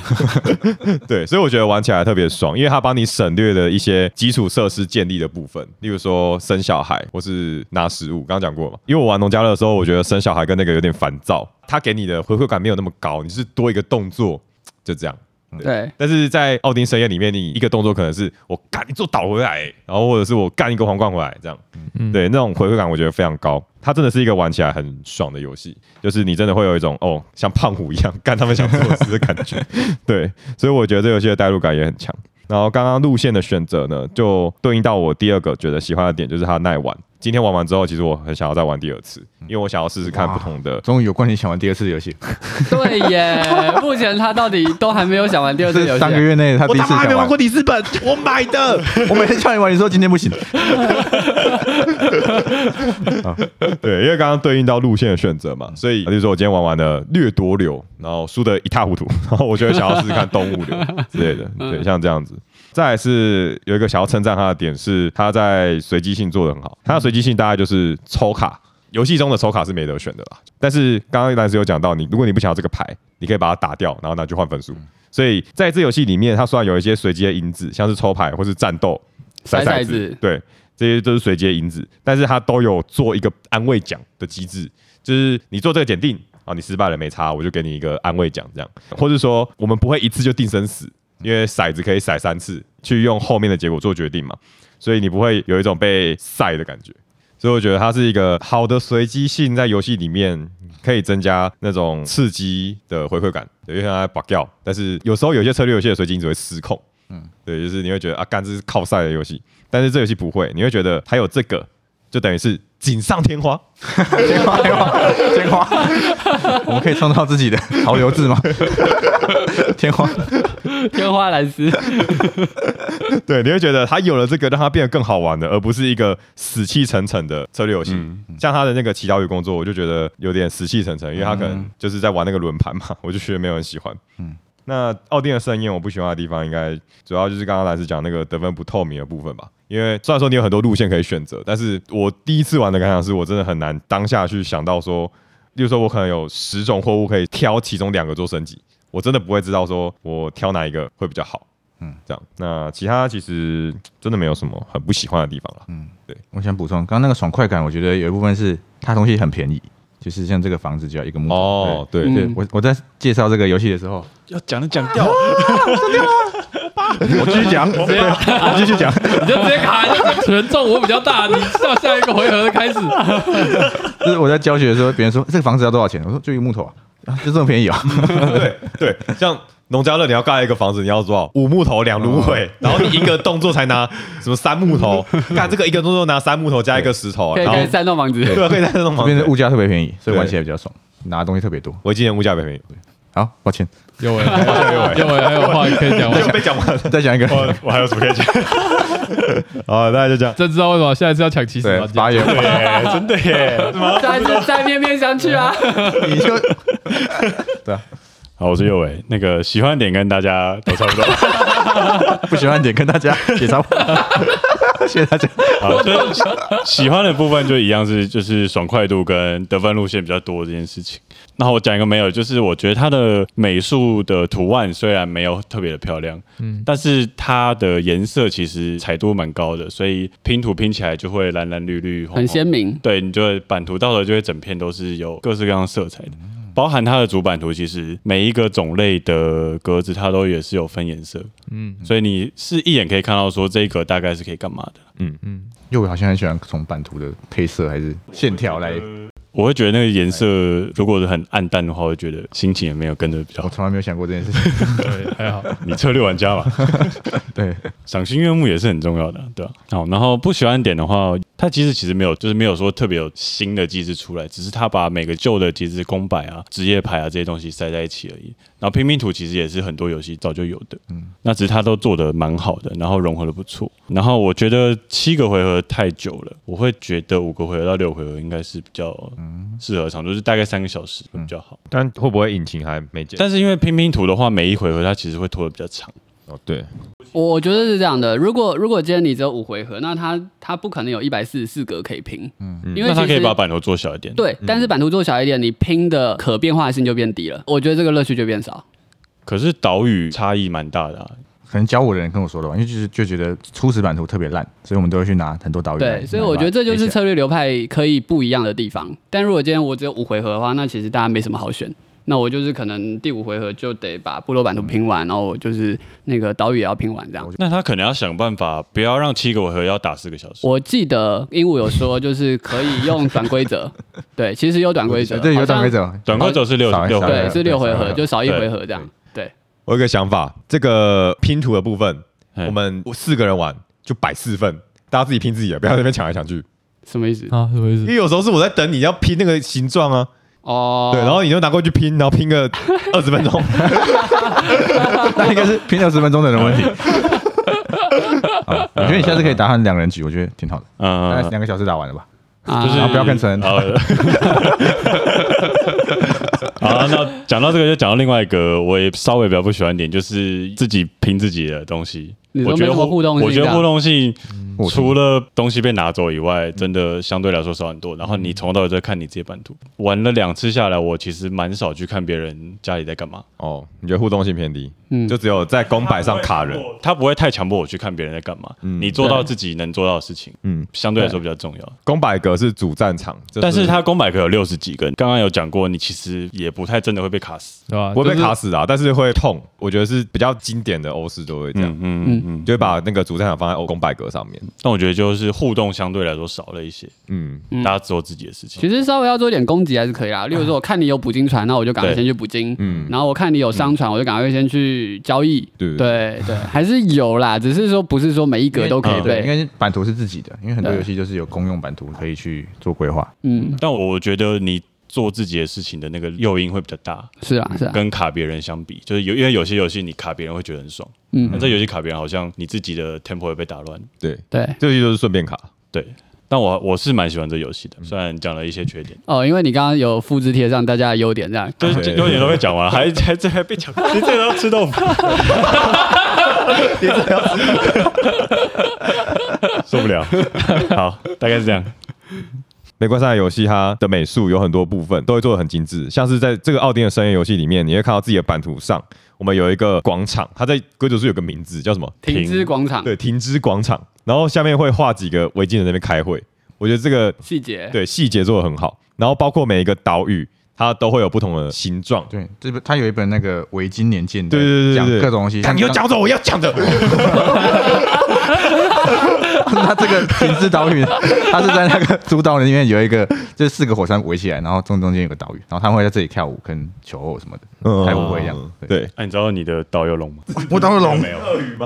[SPEAKER 5] 对，所以我觉得玩起来特别爽，因为它帮你省略了一些基础设施建立的部分，例如说生小孩或是拿食物，刚刚讲过嘛。因为我玩农家乐的时候，我觉得生小孩跟那个有点烦躁，它给你的回馈感没有那么高，你是多一个动作就这样。
[SPEAKER 2] 对，
[SPEAKER 5] 但是在奥丁盛宴里面，你一个动作可能是我干一做倒回来，然后或者是我干一个皇冠回来，这样，
[SPEAKER 1] 嗯
[SPEAKER 5] 对，那种回馈感我觉得非常高。它真的是一个玩起来很爽的游戏，就是你真的会有一种哦，像胖虎一样干他们想做的事的感觉。对，所以我觉得这游戏的代入感也很强。然后刚刚路线的选择呢，就对应到我第二个觉得喜欢的点，就是它耐玩。今天玩完之后，其实我很想要再玩第二次，因为我想要试试看
[SPEAKER 6] 哇
[SPEAKER 5] 不同的
[SPEAKER 6] 终于有冠军想玩第二次的游戏，
[SPEAKER 2] 对 耶，目前他到底都还没有想完第二次游
[SPEAKER 6] 这
[SPEAKER 2] 戏啊
[SPEAKER 6] 三个。月内他第一次想玩。
[SPEAKER 4] 里斯本，我买的。
[SPEAKER 6] 我每天叫你玩，你说今天不行。
[SPEAKER 5] 对，因为刚刚对应到路线的选择嘛，所以比如说我今天玩完了掠夺流，然后输得一塌糊涂，然后我就会想要试试看动物流之类的，对，像这样子。再来是有一个想要称赞他的点是，他在随机性做得很好。他的随机性大概就是抽卡，游戏中的抽卡是没得选的啦。但是刚刚蓝斯有讲到你，如果你不想要这个牌，你可以把它打掉，然后拿去换分数。所以在这游戏里面，它虽然有一些随机的因子，像是抽牌或是战斗、
[SPEAKER 2] 甩
[SPEAKER 5] 骰
[SPEAKER 2] 骰子
[SPEAKER 5] 对，这些都是随机的因子，但是它都有做一个安慰奖的机制，就是你做这个检定啊，你失败了没差，我就给你一个安慰奖这样，或是说我们不会一次就定生死，因为骰子可以骰三次，去用后面的结果做决定嘛，所以你不会有一种被晒的感觉。所以我觉得它是一个好的随机性，在游戏里面可以增加那种刺激的回馈感，对，就像它拔掉，但是有时候有些策略游戏的随机你只会失控，嗯，对，就是你会觉得啊，干这是靠赛的游戏，但是这游戏不会，你会觉得还有这个，就等于是锦上添花，
[SPEAKER 6] 天花，天花，天花，我们可以创造自己的潮流志吗？ 天花，
[SPEAKER 2] 天花蓝斯，
[SPEAKER 5] 对，你会觉得它有了这个，让它变得更好玩的，而不是一个死气沉沉的策略游戏。像他的那个祈祷与工作，我就觉得有点死气沉沉，因为他可能就是在玩那个轮盘嘛， 我就觉得没有人喜欢。那奥丁的盛宴，我不喜欢的地方应该主要就是刚刚蓝斯讲那个得分不透明的部分吧。因为虽然说你有很多路线可以选择，但是我第一次玩的感想是我真的很难当下去想到说，例如说我可能有十种货物可以挑其中两个做升级，我真的不会知道说我挑哪一个会比较好。嗯，这样。那其他其实真的没有什么很不喜欢的地方了。
[SPEAKER 6] 我想补充，刚刚那个爽快感，我觉得有一部分是它东西很便宜，就是像这个房子就要一个木头。
[SPEAKER 5] 哦，对
[SPEAKER 6] 对，
[SPEAKER 5] 对，
[SPEAKER 2] 嗯
[SPEAKER 6] 对我我在介绍这个游戏的时候，啊
[SPEAKER 3] 要讲的讲掉，
[SPEAKER 6] 我继续讲，啊 对啊我继续讲。
[SPEAKER 1] 你就直接卡，你就权重我比较大，你到下一个回合的开始。
[SPEAKER 6] 就是我在教学的时候，别人说这个房子要多少钱，我说就一个木头啊，啊就这么便宜 啊。
[SPEAKER 5] 对对，像农家乐，你要盖一个房子，你要多少？五木头，两芦苇，然后你一个动作才拿什么三木 头？干这个一个动作拿三木头加一个石头，
[SPEAKER 2] 可以
[SPEAKER 5] 然后
[SPEAKER 2] 可以三栋房子。
[SPEAKER 5] 哦对，可以在那种
[SPEAKER 6] 这
[SPEAKER 5] 房
[SPEAKER 6] 边的
[SPEAKER 5] 子。
[SPEAKER 6] 物价特别便宜，所以玩起来比较爽，拿的东西特别多。
[SPEAKER 5] 我今年物价北 平，
[SPEAKER 6] 好，抱歉，
[SPEAKER 1] 有哎、欸，有哎、欸，还有话可以 讲
[SPEAKER 5] 就
[SPEAKER 1] 完。
[SPEAKER 5] 被讲完了。
[SPEAKER 6] 再讲一个，
[SPEAKER 3] 哦
[SPEAKER 5] 我我还有什么可以讲？好，大家就这样。
[SPEAKER 1] 真知道为什么下一次要抢起始
[SPEAKER 6] 对
[SPEAKER 1] 吗，？
[SPEAKER 6] 八月
[SPEAKER 3] 哎，真的耶。
[SPEAKER 2] 再次再面面相觑啊！
[SPEAKER 6] 你就
[SPEAKER 3] 好，我是右伟，那个喜欢点跟大家都差不多。
[SPEAKER 6] 不喜欢点跟大家也差不多。 谢谢大家。
[SPEAKER 3] 好，就是喜喜欢的部分就一样是就是爽快度跟得分路线比较多这件事情。然后我讲一个没有，就是我觉得它的美术的图案虽然没有特别的漂亮，嗯，但是它的颜色其实彩度蛮高的，所以拼图拼起来就会蓝蓝绿绿，红红
[SPEAKER 2] 很鲜明，
[SPEAKER 3] 对，你就会版图到时候就会整片都是有各式各样的色彩的，包含它的主版图，其实每一个种类的格子它都也是有分颜色，嗯，所以你是一眼可以看到说这一格大概是可以干嘛的。
[SPEAKER 6] 因为我好像很喜欢从版图的配色还是线条来
[SPEAKER 3] 我会觉得那个颜色如果很暗淡的话，我会觉得心情也没有跟着比较
[SPEAKER 6] 我
[SPEAKER 3] 好。
[SPEAKER 6] 从来没有想过这件事情。
[SPEAKER 1] 对，还哎好。
[SPEAKER 3] 你策略玩家嘛，
[SPEAKER 6] 对，
[SPEAKER 3] 赏心悦目也是很重要的，对吧、好，然后不喜欢的点的话，它其实其实没有，就是没有说特别有新的机制出来，只是它把每个旧的机制公版啊、职业牌啊这些东西塞在一起而已。然后拼命图其实也是很多游戏早就有的，嗯，那只是它都做的蛮好的，然后融合的不错。然后我觉得七个回合太久了，我会觉得五个回合到六回合应该是比较适合的长度，就是大概三个小时会比较好。
[SPEAKER 5] 但会不会引擎还没见？
[SPEAKER 3] 但是因为拼拼图的话，每一回合它其实会拖得比较长。
[SPEAKER 5] 哦，对，
[SPEAKER 2] 我我觉得是这样的，如果如果今天你只有五回合，那他他不可能有一百四十四格可以拼，嗯，因为
[SPEAKER 3] 那它
[SPEAKER 2] 其
[SPEAKER 3] 可以
[SPEAKER 2] 实
[SPEAKER 3] 把版嗯头做小一点，
[SPEAKER 2] 对，但是版图做小一点，你拼的可变化性就变低了，我觉得这个乐趣就变少。
[SPEAKER 3] 可是岛屿差异蛮大的、啊，
[SPEAKER 6] 可能教我的人跟我说的吧，因为就是就觉得初始版图特别烂，所以我们都会去拿很多导演。
[SPEAKER 2] 对，所以我觉得这就是策略流派可以不一样的地方。但如果今天我只有五回合的话，那其实大家没什么好选。那我就是可能第五回合就得把部落版图拼完，然后我就是那个岛屿也要拼完这样。
[SPEAKER 3] 那他可能要想办法，不要让七个回合要打四个小时。
[SPEAKER 2] 我记得鹦鹉有说，就是可以用短规则， 对，其实有短规则，
[SPEAKER 6] 对有
[SPEAKER 2] 好像
[SPEAKER 6] 短规，则，
[SPEAKER 3] 短快走是六
[SPEAKER 6] 少一
[SPEAKER 3] 六
[SPEAKER 6] 少
[SPEAKER 3] 回
[SPEAKER 6] 一
[SPEAKER 3] 合
[SPEAKER 2] 对，是六回合，
[SPEAKER 6] 对
[SPEAKER 2] 就少一回合这样。对，
[SPEAKER 5] 我有一个想法，这个拼图的部分，
[SPEAKER 3] 嗯
[SPEAKER 5] 我们四个人玩就摆四份，大家自己拼自己的，不要在那边抢来抢去。
[SPEAKER 2] 什么意思？
[SPEAKER 1] 啊，什么意
[SPEAKER 5] 因
[SPEAKER 1] 思？
[SPEAKER 5] 为有时候是我在等你要拼那个形状啊，
[SPEAKER 2] 哦，
[SPEAKER 5] 对，然后你就拿过去拼，然后拼个二十分 钟，
[SPEAKER 6] 那应 该是拼二十分钟的人问题。好我觉得你下次可以打上两人局，我觉得挺好的，大概
[SPEAKER 3] 嗯，
[SPEAKER 6] 两个小时打完了吧。
[SPEAKER 2] 啊
[SPEAKER 3] 就是
[SPEAKER 6] 然哎后不要变成
[SPEAKER 3] 好， 好那讲到这个，就讲到另外一个，我也稍微比较不喜欢一点，就是自己拼自己的东西。
[SPEAKER 2] 你说
[SPEAKER 3] 我觉
[SPEAKER 2] 没
[SPEAKER 3] 得
[SPEAKER 2] 什么互动性啊
[SPEAKER 3] 我觉
[SPEAKER 2] 这
[SPEAKER 3] 得
[SPEAKER 2] 样
[SPEAKER 3] 互动性
[SPEAKER 6] 我
[SPEAKER 3] 除了东西被拿走以外，真的相对来说少很多。然后你从头到尾都在看你自己的版图，玩了两次下来，我其实蛮少去看别人家里在干嘛。
[SPEAKER 5] 哦，你觉得互动性偏低，
[SPEAKER 2] 嗯
[SPEAKER 5] 就只有在公摆上卡人，
[SPEAKER 3] 他不会太强迫我去看别人在干嘛，你做到自己能做到的事情，
[SPEAKER 5] 嗯，
[SPEAKER 3] 相嗯对来说比较重要。
[SPEAKER 5] 公摆格是主战场，就
[SPEAKER 3] 但是他公百可有六十几根，刚刚有讲过，你其实也不太真的会被卡死。
[SPEAKER 1] 对吧？
[SPEAKER 5] 不会被
[SPEAKER 1] 就是
[SPEAKER 5] 卡死啊，但是会痛，我觉得是比较经典的欧式都会这样
[SPEAKER 3] 嗯，嗯嗯。
[SPEAKER 5] 就会把那个主战场放在欧公摆格上面，
[SPEAKER 3] 但我觉得就是互动相对来说少了一些，
[SPEAKER 5] 嗯，
[SPEAKER 2] 嗯
[SPEAKER 3] 大家做自己的事情。
[SPEAKER 2] 其实稍微要做一点攻击还是可以啦。例如说，我看你有捕鲸船，那我就赶快
[SPEAKER 3] 啊对嗯
[SPEAKER 2] 先去捕鲸。嗯，然后我看你有商船，我就赶快先去交易。
[SPEAKER 5] 对
[SPEAKER 2] 对对，还是有啦，只是说不是说每一格都可以
[SPEAKER 3] 嗯
[SPEAKER 6] 对，应
[SPEAKER 2] 被。
[SPEAKER 6] 该是版图是自己的，因为很多
[SPEAKER 2] 对
[SPEAKER 6] 游戏就是有公用版图可以去做规划。
[SPEAKER 2] 嗯，
[SPEAKER 3] 但我觉得你做自己的事情的那个诱因会比较大，
[SPEAKER 2] 是啊是啊，
[SPEAKER 3] 跟卡别人相比，就是有因为有些游戏你卡别人会觉得很爽，
[SPEAKER 2] 嗯
[SPEAKER 3] 那这游戏卡别人好像你自己的 tempo 会被打乱。
[SPEAKER 5] 对，
[SPEAKER 2] 对
[SPEAKER 5] 这个就是顺便卡，
[SPEAKER 3] 对，但我我是蛮喜欢这游戏的，
[SPEAKER 5] 嗯
[SPEAKER 3] 虽然讲了一些缺点，
[SPEAKER 2] 哦，因为你刚刚有复制贴上大家的优点这样。
[SPEAKER 3] 就是
[SPEAKER 5] 对
[SPEAKER 3] 优点都被讲完了，还还这还被讲，你这个要吃豆 腐， 受不了。好，大概是这样。
[SPEAKER 5] 玫瑰赛游戏它的美术有很多部分都会做的很精致，像是在这个奥丁的深夜游戏里面，你会看到自己的版图上，我们有一个广场，它在规则书有个名字叫什么？
[SPEAKER 2] 停之广场
[SPEAKER 5] 对，停之广场，然后下面会画几个围巾人在那边开会。我觉得这个
[SPEAKER 2] 细节，
[SPEAKER 5] 对细节做的很好，然后包括每一个岛屿，它都会有不同的形状。
[SPEAKER 6] 对，这本他有一本那个维京年鉴的，
[SPEAKER 5] 对对对对
[SPEAKER 6] 讲
[SPEAKER 5] 对
[SPEAKER 6] 各种东西。
[SPEAKER 5] 看你又
[SPEAKER 6] 像
[SPEAKER 5] 讲走我要讲的，
[SPEAKER 6] 他这个平之岛屿，他是在那个主岛里面有一个，就是四个火山围起来，然后中中间有个岛屿，然后他们会在这里跳舞跟求偶什么的，开舞会一样。对，
[SPEAKER 5] 嗯对，
[SPEAKER 3] 哎那、你知道你的导游龙吗？
[SPEAKER 6] 哦我当了龙，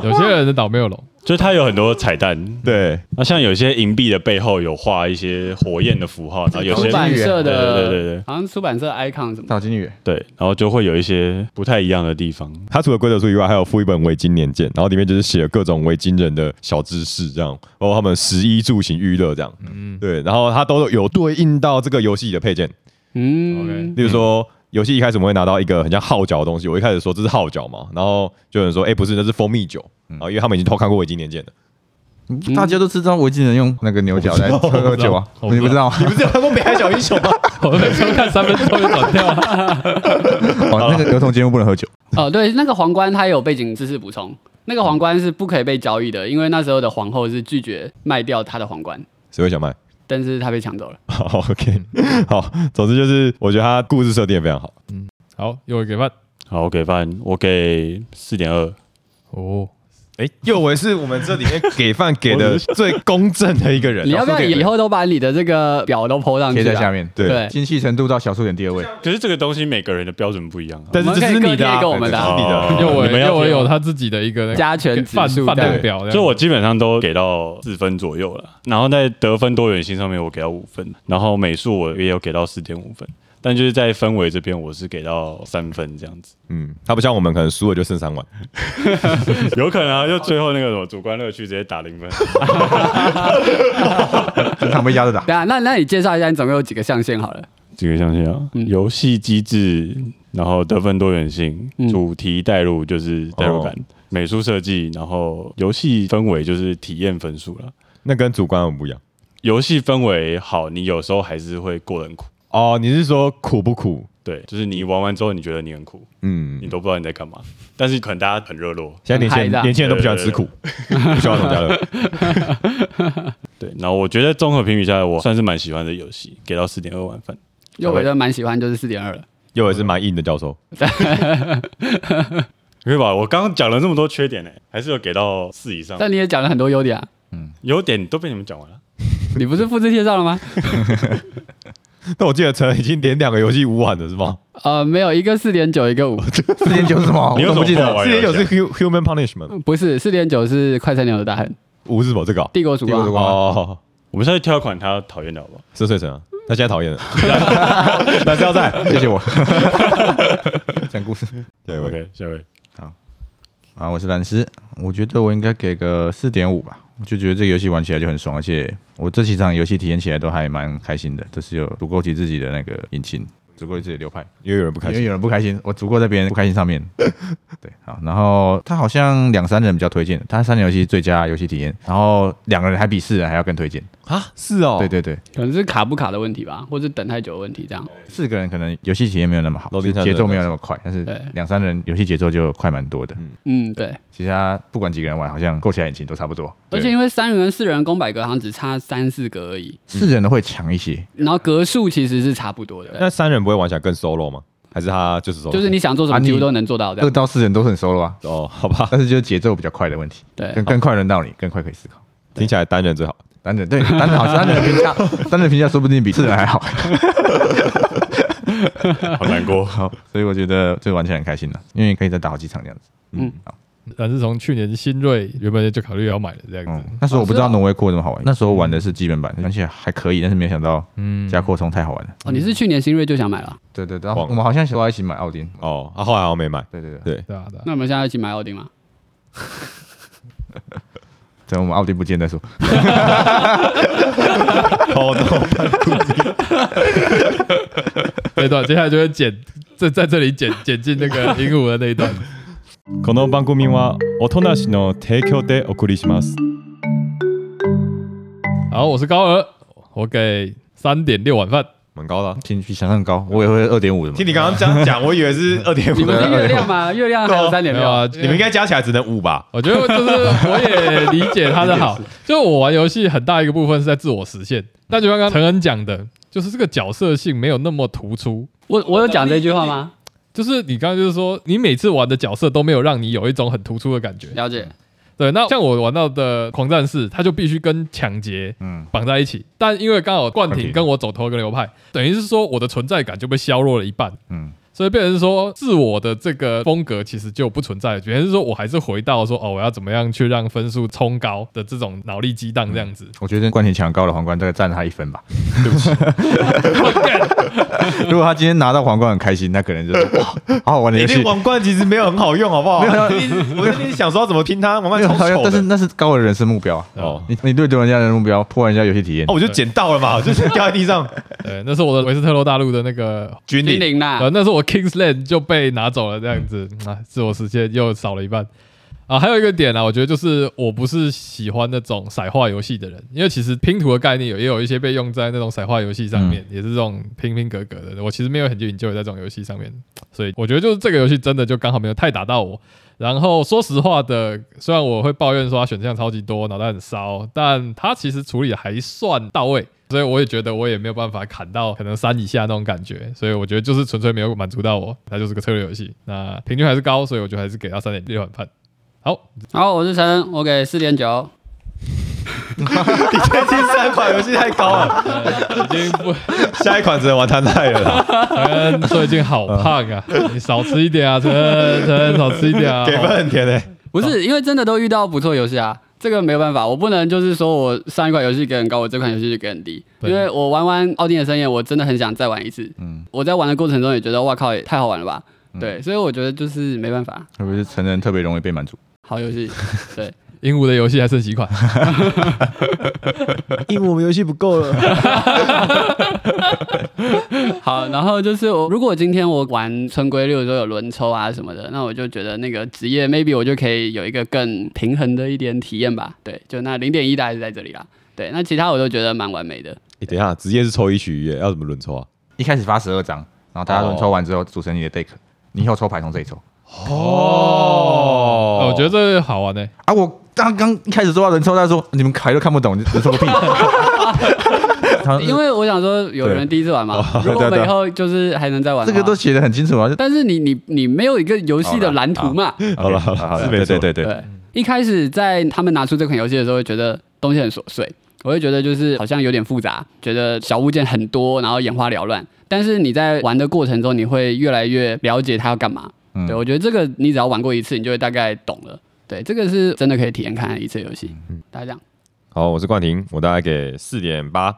[SPEAKER 1] 有些人的倒没有龙，
[SPEAKER 3] 就是它有很多彩蛋，
[SPEAKER 5] 对，
[SPEAKER 3] 那像有些银币的背后有画一些火焰的符号，然后有
[SPEAKER 2] 出
[SPEAKER 3] 些
[SPEAKER 2] 版社
[SPEAKER 3] 对对对
[SPEAKER 2] 的
[SPEAKER 3] 对，
[SPEAKER 2] 好像出版社 icon 什么的。
[SPEAKER 6] 岛金女，
[SPEAKER 3] 对，然后就会有一些不太一样的地方。
[SPEAKER 5] 它除了规则书以外，还有附一本围巾年鉴，然后里面就是写了各种围巾人的小知识，这样，包括他们食衣住行娱乐这样。嗯，对，然后它都有对应到这个游戏的配件，
[SPEAKER 2] 嗯，
[SPEAKER 5] 例如说。游戏一开始我们会拿到一个很像号角的东西，我一开始说这是号角嘛，然后就有人说，哎、不是，那是蜂蜜酒，然后因为他们已经偷看过围巾年鉴了，
[SPEAKER 6] 大家都知道维京人用那个牛角来喝 喝酒啊，
[SPEAKER 1] 我不知道
[SPEAKER 6] 你不知道吗？
[SPEAKER 5] 你不是有看过《北海小英雄》吗？
[SPEAKER 1] 我每次看三分钟就转掉了。
[SPEAKER 6] 哦，那个儿童节目不能喝酒，
[SPEAKER 2] 哦，对，那个皇冠它有背景知识补充，那个皇冠是不可以被交易的，因为那时候的皇后是拒绝卖掉她的皇冠，
[SPEAKER 5] 谁会想卖？
[SPEAKER 2] 但是她被抢走了。
[SPEAKER 5] 好，OK，好，总之就是我觉得他故事设定也非常好。
[SPEAKER 1] 好，又给饭
[SPEAKER 3] 好，我给饭，我给四点二，
[SPEAKER 1] 哦，
[SPEAKER 5] 哎，右维是我们这里面给饭给的最公正的一个人。
[SPEAKER 2] 你要不要
[SPEAKER 5] 老实给
[SPEAKER 2] 以后都把你的这个表都 PO 上去、
[SPEAKER 6] 贴
[SPEAKER 2] 啊？
[SPEAKER 6] 在下面，
[SPEAKER 5] 对
[SPEAKER 2] 对
[SPEAKER 6] 精细程度到小数点第二位，
[SPEAKER 3] 可是这个东西每个人的标准不一样啊。
[SPEAKER 5] 但是这是你的啊，
[SPEAKER 2] 我们可以各贴一个我们的啊
[SPEAKER 5] 这是你的啊
[SPEAKER 3] 哦
[SPEAKER 1] 又
[SPEAKER 3] 你
[SPEAKER 1] 我
[SPEAKER 3] 们要
[SPEAKER 1] 又我
[SPEAKER 3] 贴吗
[SPEAKER 1] 有他自己的一个那个
[SPEAKER 2] 加权指
[SPEAKER 1] 饭
[SPEAKER 2] 数
[SPEAKER 1] 饭
[SPEAKER 2] 这样
[SPEAKER 1] 量表这样，
[SPEAKER 3] 所以我基本上都给到四分左右了，然后在得分多元性上面我给到五分，然后美术我也有给到四点五分，但就是在氛围这边我是给到三分这样子，
[SPEAKER 5] 嗯，他不像我们，可能输了就剩三碗。
[SPEAKER 3] 有可能啊，就最后那个什么主观乐趣直接打零分，
[SPEAKER 6] 正常被压 着打。
[SPEAKER 2] 对啊，那那你介绍一下你总共有几个象限好了？
[SPEAKER 3] 这个相信啊，
[SPEAKER 2] 嗯
[SPEAKER 3] 游戏机制，然后得分多元性，
[SPEAKER 2] 嗯哦
[SPEAKER 3] 主题带入就是代入感，美术设计，然后游戏氛围就是体验分数了。
[SPEAKER 5] 那跟主观我们不一样
[SPEAKER 3] 游戏氛围好，你有时候还是会过得很苦。
[SPEAKER 5] 哦。你是说苦不苦？
[SPEAKER 3] 对，就是你玩完之后，你觉得你很苦，
[SPEAKER 5] 嗯，
[SPEAKER 3] 你都不知道你在干嘛，但是可能大家很热络，
[SPEAKER 5] 现在年轻人
[SPEAKER 2] 很嗨的啊
[SPEAKER 5] 年轻人都不喜欢吃苦，不喜欢农家乐。
[SPEAKER 3] 对。然后我觉得综合评比下来，我算是蛮喜欢的游戏，给到四点二万分。
[SPEAKER 2] 因为我就蛮喜欢，就是四点二了。
[SPEAKER 5] 右维是蛮硬的教授，
[SPEAKER 3] 可以吧？我刚刚讲了那么多缺点呢、欸还是有给到四以上，
[SPEAKER 2] 但你也讲了很多优点啊，
[SPEAKER 3] 优点都被你们讲完了。
[SPEAKER 2] 你不是复制贴上了吗？
[SPEAKER 5] 那我记得陈恩已经连两个游戏五碗了，是吗？
[SPEAKER 2] 呃，没有，一个四点九，一个五，
[SPEAKER 6] 四点九是什么？
[SPEAKER 3] 你有什么
[SPEAKER 6] 我怎么不记
[SPEAKER 3] 不好
[SPEAKER 6] 得？
[SPEAKER 3] 玩的
[SPEAKER 5] 之前有
[SPEAKER 3] 游戏
[SPEAKER 5] 是
[SPEAKER 3] 啊
[SPEAKER 5] Human Punishment，
[SPEAKER 2] 不是四点九是快餐牛的大亨，
[SPEAKER 5] 五是什么这个啊？
[SPEAKER 2] 帝国曙
[SPEAKER 6] 帝
[SPEAKER 2] 光
[SPEAKER 6] 国曙。光
[SPEAKER 5] 哦，
[SPEAKER 3] 我们下次挑一款他讨厌的好不好？
[SPEAKER 5] 深水城啊，他现在讨 厌了，哪知道在？
[SPEAKER 6] 谢谢我讲故事
[SPEAKER 5] 对，我
[SPEAKER 3] OK，下一位。
[SPEAKER 6] 啊！我是蓝斯，我觉得我应该给个四点五吧。我就觉得这个游戏玩起来就很爽，而且我这几场游戏体验起来都还蛮开心的，就是有足够及自己的那个引擎，足够及自己的流派。
[SPEAKER 5] 因为有人不开
[SPEAKER 6] 因为
[SPEAKER 5] 心。
[SPEAKER 6] 有人不开心，我足够在别人不开心上面。 对，好，然后他好像两三人比较推荐，他三人游戏最佳游戏体验，然后两个人还比四人还要更推荐。
[SPEAKER 5] 啊，是哦，
[SPEAKER 6] 对对对，
[SPEAKER 2] 可能是卡不卡的问题吧，或者等太久的问题，这样
[SPEAKER 6] 四个人可能游戏体验没有那么好，
[SPEAKER 5] 楼
[SPEAKER 6] 就
[SPEAKER 5] 梯上
[SPEAKER 6] 节奏
[SPEAKER 5] 的
[SPEAKER 6] 没有那么快，但是
[SPEAKER 2] 对
[SPEAKER 6] 两三人游戏节奏就快蛮多的。
[SPEAKER 2] 嗯，对。
[SPEAKER 6] 其实他不管几个人玩，好像够起来引擎都差不多。
[SPEAKER 2] 而且因为三人跟四人公百格好像只差三四格而已，
[SPEAKER 6] 四人的会强一些，
[SPEAKER 2] 然后格数其实是差不多的，
[SPEAKER 5] 那三人不会玩起来更 solo 吗？还是他就是 solo？
[SPEAKER 2] 就是你想做什么
[SPEAKER 6] 啊你
[SPEAKER 2] 几乎都能做到这
[SPEAKER 6] 二
[SPEAKER 2] 样。
[SPEAKER 6] 到四人都是很 solo 啊，
[SPEAKER 5] 哦，好吧，
[SPEAKER 6] 但是就是节奏比较快的问题，
[SPEAKER 2] 对
[SPEAKER 6] 更，更快轮到你，更快可以思考。
[SPEAKER 5] 听起来单人最好。
[SPEAKER 6] 单人对单人好，单人的评价，单人的评价说不定比四人还好。
[SPEAKER 3] 好难过。
[SPEAKER 6] 好，所以我觉得这个玩起来很开心的，因为可以再打好几场这样子。
[SPEAKER 2] 嗯
[SPEAKER 6] 嗯，
[SPEAKER 1] 但是从去年新锐原本就考虑要买的这样
[SPEAKER 6] 嗯
[SPEAKER 1] 子，，
[SPEAKER 6] 那时候我不知
[SPEAKER 2] 哦
[SPEAKER 6] 道
[SPEAKER 2] 是哦
[SPEAKER 6] 挪威扩这么好玩，那时候玩的是基本版，而且还可以，但是没想到
[SPEAKER 1] 嗯，
[SPEAKER 6] 加扩充太好玩了。
[SPEAKER 2] 哦，你是去年新锐就想买了，
[SPEAKER 6] 对对对，然后
[SPEAKER 5] 忘了
[SPEAKER 6] 我们好像都要一起买奥丁。
[SPEAKER 5] 哦，啊，后来我没买，
[SPEAKER 6] 对对对，
[SPEAKER 1] 对啊对啊
[SPEAKER 2] 那我们现在一起买奥丁吗？
[SPEAKER 6] 等我们奥丁不见再说。
[SPEAKER 5] 哦，no，
[SPEAKER 1] 这一段接下来就会剪，在在这里剪 剪进那个鹦鹉的那一段。
[SPEAKER 5] この番組はおとなしの提供でお送りし ます。
[SPEAKER 1] 好，我是高尔，我给三点六碗饭。
[SPEAKER 5] 蛮高的啊，
[SPEAKER 6] 情绪想象高，我也会二点五的嘛
[SPEAKER 5] 听。你刚刚这样讲，我以为是二点五
[SPEAKER 2] 你。们是月亮吗？月亮还有三点
[SPEAKER 1] 没
[SPEAKER 2] 六
[SPEAKER 1] 有啊，
[SPEAKER 5] 你们应该加起来只能五 吧？
[SPEAKER 1] 我觉得就是我也理解他的 好，就我玩游戏很大一个部分是在自我实现。但就像刚刚陈恩讲的，就是这个角色性没有那么突出。
[SPEAKER 2] 我我有讲这句话吗？
[SPEAKER 1] 就是你刚刚就是说，你每次玩的角色都没有让你有一种很突出的感觉。
[SPEAKER 2] 了解，
[SPEAKER 1] 对，那像我玩到的狂战士，他就必须跟抢劫
[SPEAKER 6] 嗯，
[SPEAKER 1] 绑在一起，但因为刚好冠
[SPEAKER 6] 冠
[SPEAKER 1] 廷
[SPEAKER 6] 廷
[SPEAKER 1] 跟我走同一个流派，等于是说我的存在感就被削弱了一半。
[SPEAKER 6] 嗯，
[SPEAKER 1] 所以变成是说，自我的这个风格其实就不存在了，变成是说我还是回到说，哦，我要怎么样去让分数冲高的这种脑力激荡这样子。
[SPEAKER 6] 我觉得冠廷抢高的皇冠大概占他一分 吧。
[SPEAKER 1] 我干
[SPEAKER 6] 如果他今天拿到皇冠很开心，那可能就是哇，好好玩的
[SPEAKER 5] 你
[SPEAKER 6] 游戏
[SPEAKER 5] 那。王冠其实没有很好用，好不好？我在想说要怎么拼它，王
[SPEAKER 6] 没
[SPEAKER 5] 冠
[SPEAKER 6] 有
[SPEAKER 5] 超
[SPEAKER 6] 好像
[SPEAKER 5] 丑
[SPEAKER 6] 但是
[SPEAKER 5] 的。
[SPEAKER 6] 那是高的人生目标啊！
[SPEAKER 5] 哦
[SPEAKER 6] 你你对丢人家的目标，破坏人家游戏体验
[SPEAKER 5] 哦，，我就捡到了 嘛，就是掉在地上。
[SPEAKER 1] 对，那是我的维斯特洛大陆的那个，
[SPEAKER 5] 军
[SPEAKER 2] 精
[SPEAKER 5] 礼
[SPEAKER 2] 灵啦
[SPEAKER 1] 呃，，那是我 Kings Land 就被拿走了这样子，啊，自我实现又少了一半。啊，还有一个点啊，我觉得就是我不是喜欢那种色化游戏的人，因为其实拼图的概念有也有一些被用在那种色化游戏上面，也是这种拼拼格格的。我其实没有很研究在这种游戏上面，所以我觉得就是这个游戏真的就刚好没有太打到我。然后说实话的，虽然我会抱怨说它选项超级多，脑袋很烧，但它其实处理得还算到位，所以我也觉得我也没有办法砍到可能三以下那种感觉，所以我觉得就是纯粹没有满足到我，它就是个策略游戏。那平均还是高，所以我觉得还是给到三点六碗饭。好，
[SPEAKER 2] 好，我是陈，我给四点九。
[SPEAKER 5] 你这第三款游戏太高 了，
[SPEAKER 1] 呃已经不，
[SPEAKER 5] 下一款只能玩摊菜了 啦，
[SPEAKER 1] 陈最近好胖啊，你少吃一点啊，陈陈少吃一点 啊。
[SPEAKER 5] 给分很甜欸诶。
[SPEAKER 2] 不是因为真的都遇到不错游戏啊，这个没有办法，我不能就是说我上一款游戏给很高，我这款游戏就给很低，
[SPEAKER 1] 对
[SPEAKER 2] 因为我玩完《奥丁的盛宴》，我真的很想再玩一次。
[SPEAKER 6] 嗯，
[SPEAKER 2] 我在玩的过程中也觉得，哇靠，也太好玩了吧？对，所以我觉得就是没办法，
[SPEAKER 6] 会不会是成人特别容易被满足？
[SPEAKER 2] 好游戏， 对，
[SPEAKER 1] 鹦鹉的游戏还剩几款？
[SPEAKER 5] 因为我们游戏不够了，
[SPEAKER 2] 好。然后就是我，如果今天我玩春规六的时候有轮抽啊什么的，那我就觉得那个职业 maybe 我就可以有一个更平衡的一点体验吧。对，就那零点一大概是在这里啦。对，那其他我都觉得蛮完美的。
[SPEAKER 5] 你哎等一下，职业是抽一取一耶，要怎么轮抽啊？
[SPEAKER 6] 一开始发十二张，然后大家
[SPEAKER 5] 哦
[SPEAKER 6] 轮抽完之后组成你的 deck，你以后抽牌从这里抽
[SPEAKER 1] 哦，
[SPEAKER 5] 哦
[SPEAKER 1] 我觉得这好玩欸呢。
[SPEAKER 6] 啊。我刚刚一开始抽到人抽，他说你们牌都看不懂，你抽 个屁。他
[SPEAKER 2] 因为我想说，有人第一次玩嘛，
[SPEAKER 6] 哦
[SPEAKER 2] 如
[SPEAKER 6] 啊
[SPEAKER 2] 果我们以后就是还能再玩的
[SPEAKER 6] 这
[SPEAKER 2] 话，
[SPEAKER 6] 个都写的很清楚啊，就
[SPEAKER 2] 但是你你你没有一个游戏的蓝图嘛？
[SPEAKER 5] 好了，好
[SPEAKER 6] OK，好
[SPEAKER 5] 了，
[SPEAKER 6] 的
[SPEAKER 5] 是没错，
[SPEAKER 6] 对
[SPEAKER 5] 对
[SPEAKER 6] 对
[SPEAKER 2] 对，一开始在他们拿出这款游戏的时候，会觉得东西很琐碎，我会觉得就是好像有点复杂，觉得小物件很多，然后眼花缭乱。但是你在玩的过程中，你会越来越了解它要干嘛。
[SPEAKER 6] 嗯
[SPEAKER 2] 对我觉得这个你只要玩过一次，你就会大概懂了。对，这个是真的可以体验看看一次游戏。
[SPEAKER 6] 嗯
[SPEAKER 2] 大家讲，
[SPEAKER 5] 好，我是冠廷，我大概给四点八，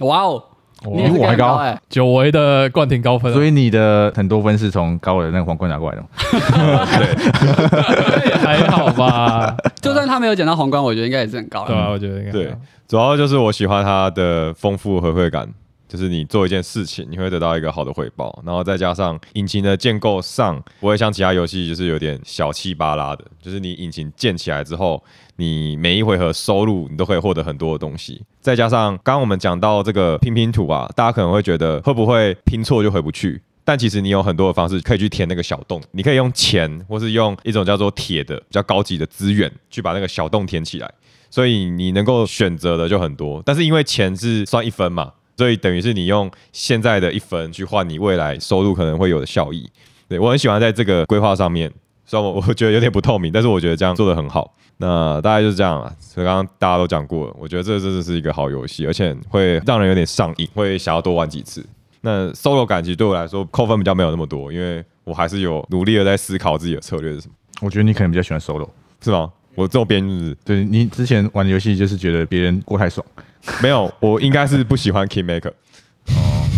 [SPEAKER 2] 哇哦，你
[SPEAKER 1] 哇
[SPEAKER 2] 也是
[SPEAKER 6] 我还
[SPEAKER 2] 很
[SPEAKER 6] 高
[SPEAKER 2] 哎，
[SPEAKER 1] 久违的冠廷高分啊，
[SPEAKER 6] 所以你的很多分是从高的那个皇冠拿过来的嘛。
[SPEAKER 1] 还好吧？
[SPEAKER 2] 就算他没有捡到皇冠，我觉得应该也是很高
[SPEAKER 1] 对
[SPEAKER 2] 了。
[SPEAKER 1] 吧？我觉得应该
[SPEAKER 5] 对，主要就是我喜欢它的丰富回馈感，就是你做一件事情，你会得到一个好的回报，然后再加上引擎的建构上，不会像其他游戏就是有点小气巴拉的，就是你引擎建起来之后，你每一回合收入你都可以获得很多的东西，再加上刚刚我们讲到这个拼拼图啊，大家可能会觉得会不会拼错就回不去？但其实你有很多的方式可以去填那个小洞，你可以用钱，或是用一种叫做铁的比较高级的资源去把那个小洞填起来。所以你能够选择的就很多。但是因为钱是算一分嘛，所以等于是你用现在的一分去换你未来收入可能会有的效益。对我很喜欢在这个规划上面，虽然我我觉得有点不透明，但是我觉得这样做的很好。那大概就是这样了。所以刚刚大家都讲过了，我觉得这真的是一个好游戏，而且会让人有点上瘾，会想要多玩几次。那 solo 感其实对我来说扣分比较没有那么多，因为我还是有努力的在思考自己的策略是什么，
[SPEAKER 6] 我觉得你可能比较喜欢 solo，
[SPEAKER 5] 是吗？我这种编日
[SPEAKER 6] 对你之前玩的游戏就是觉得别人过太爽，
[SPEAKER 5] 没有，我应该是不喜欢 King Maker，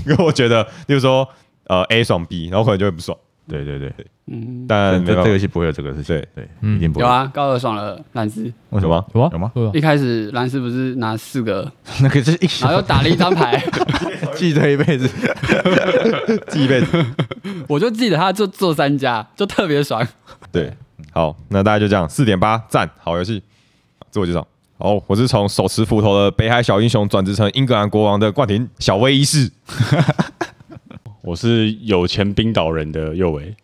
[SPEAKER 5] 因
[SPEAKER 6] 哦
[SPEAKER 5] 为我觉得，例如说，呃，A 爽 B，然后可能就会不爽，
[SPEAKER 6] 对对对，
[SPEAKER 2] 嗯，
[SPEAKER 5] 但
[SPEAKER 6] 但
[SPEAKER 5] 没
[SPEAKER 6] 这
[SPEAKER 5] 有
[SPEAKER 6] 这个游戏不会有这个事情，对
[SPEAKER 1] 嗯
[SPEAKER 6] 一定不会
[SPEAKER 2] 有。啊，高二爽了，蓝斯。
[SPEAKER 6] 为什么？
[SPEAKER 1] 有啊吗？
[SPEAKER 6] 有吗？
[SPEAKER 1] 对吧？
[SPEAKER 2] 一开始蓝斯不是拿四个，
[SPEAKER 6] 那个就是一起
[SPEAKER 2] 然后又打了一张 牌，
[SPEAKER 6] 记得一辈子。
[SPEAKER 5] 记一辈子。
[SPEAKER 2] 我就记得他就做三家，就特别爽。
[SPEAKER 5] 对，好，那大家就这样，四点八赞，好游戏。自我介绍，好，我是从手持斧头的北海小英雄转职成英格兰国王的冠廷小威一世。
[SPEAKER 3] 我是有钱冰岛人的右维，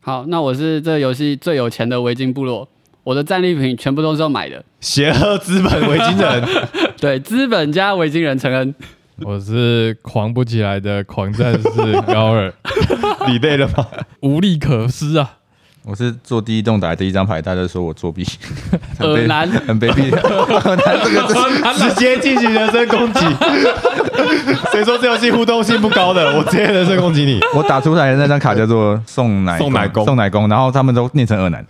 [SPEAKER 2] 好，那我是这游戏最有钱的维京部落，我的战利品全部都是要买的，
[SPEAKER 5] 邪恶资本维京 人，
[SPEAKER 2] 对，资本家维京人承恩。
[SPEAKER 1] 我是狂不起来的狂战士高尔，
[SPEAKER 5] 你累了吗？
[SPEAKER 1] 无力可施啊！
[SPEAKER 6] 我是做第一栋打的第一张牌，大家都说我 作弊，很
[SPEAKER 2] 尔
[SPEAKER 6] 卑
[SPEAKER 2] 南
[SPEAKER 6] 很卑鄙。
[SPEAKER 5] 直接进行人身攻击。谁说这游戏互动性不高的？我直接人身攻击你。
[SPEAKER 6] 我打出来的那张卡叫做送奶
[SPEAKER 5] 送奶公
[SPEAKER 6] 送奶公，然后他们都念成二男。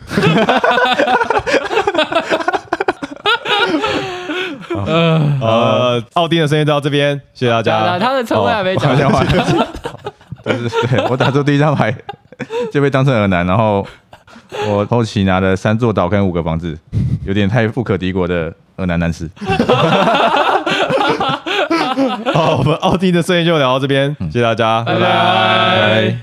[SPEAKER 5] 呃，奥丁的声音就到这边，谢谢大家。
[SPEAKER 2] 他的称谓还没讲
[SPEAKER 6] 好，像话，就是 对我打出第一张牌就被当成二男，然后我后期拿了三座岛跟五个房子，有点太富可敌国的二男男士。
[SPEAKER 5] 好，我们奥丁的声音就聊到这边，谢谢大家，拜
[SPEAKER 2] 拜拜
[SPEAKER 5] 拜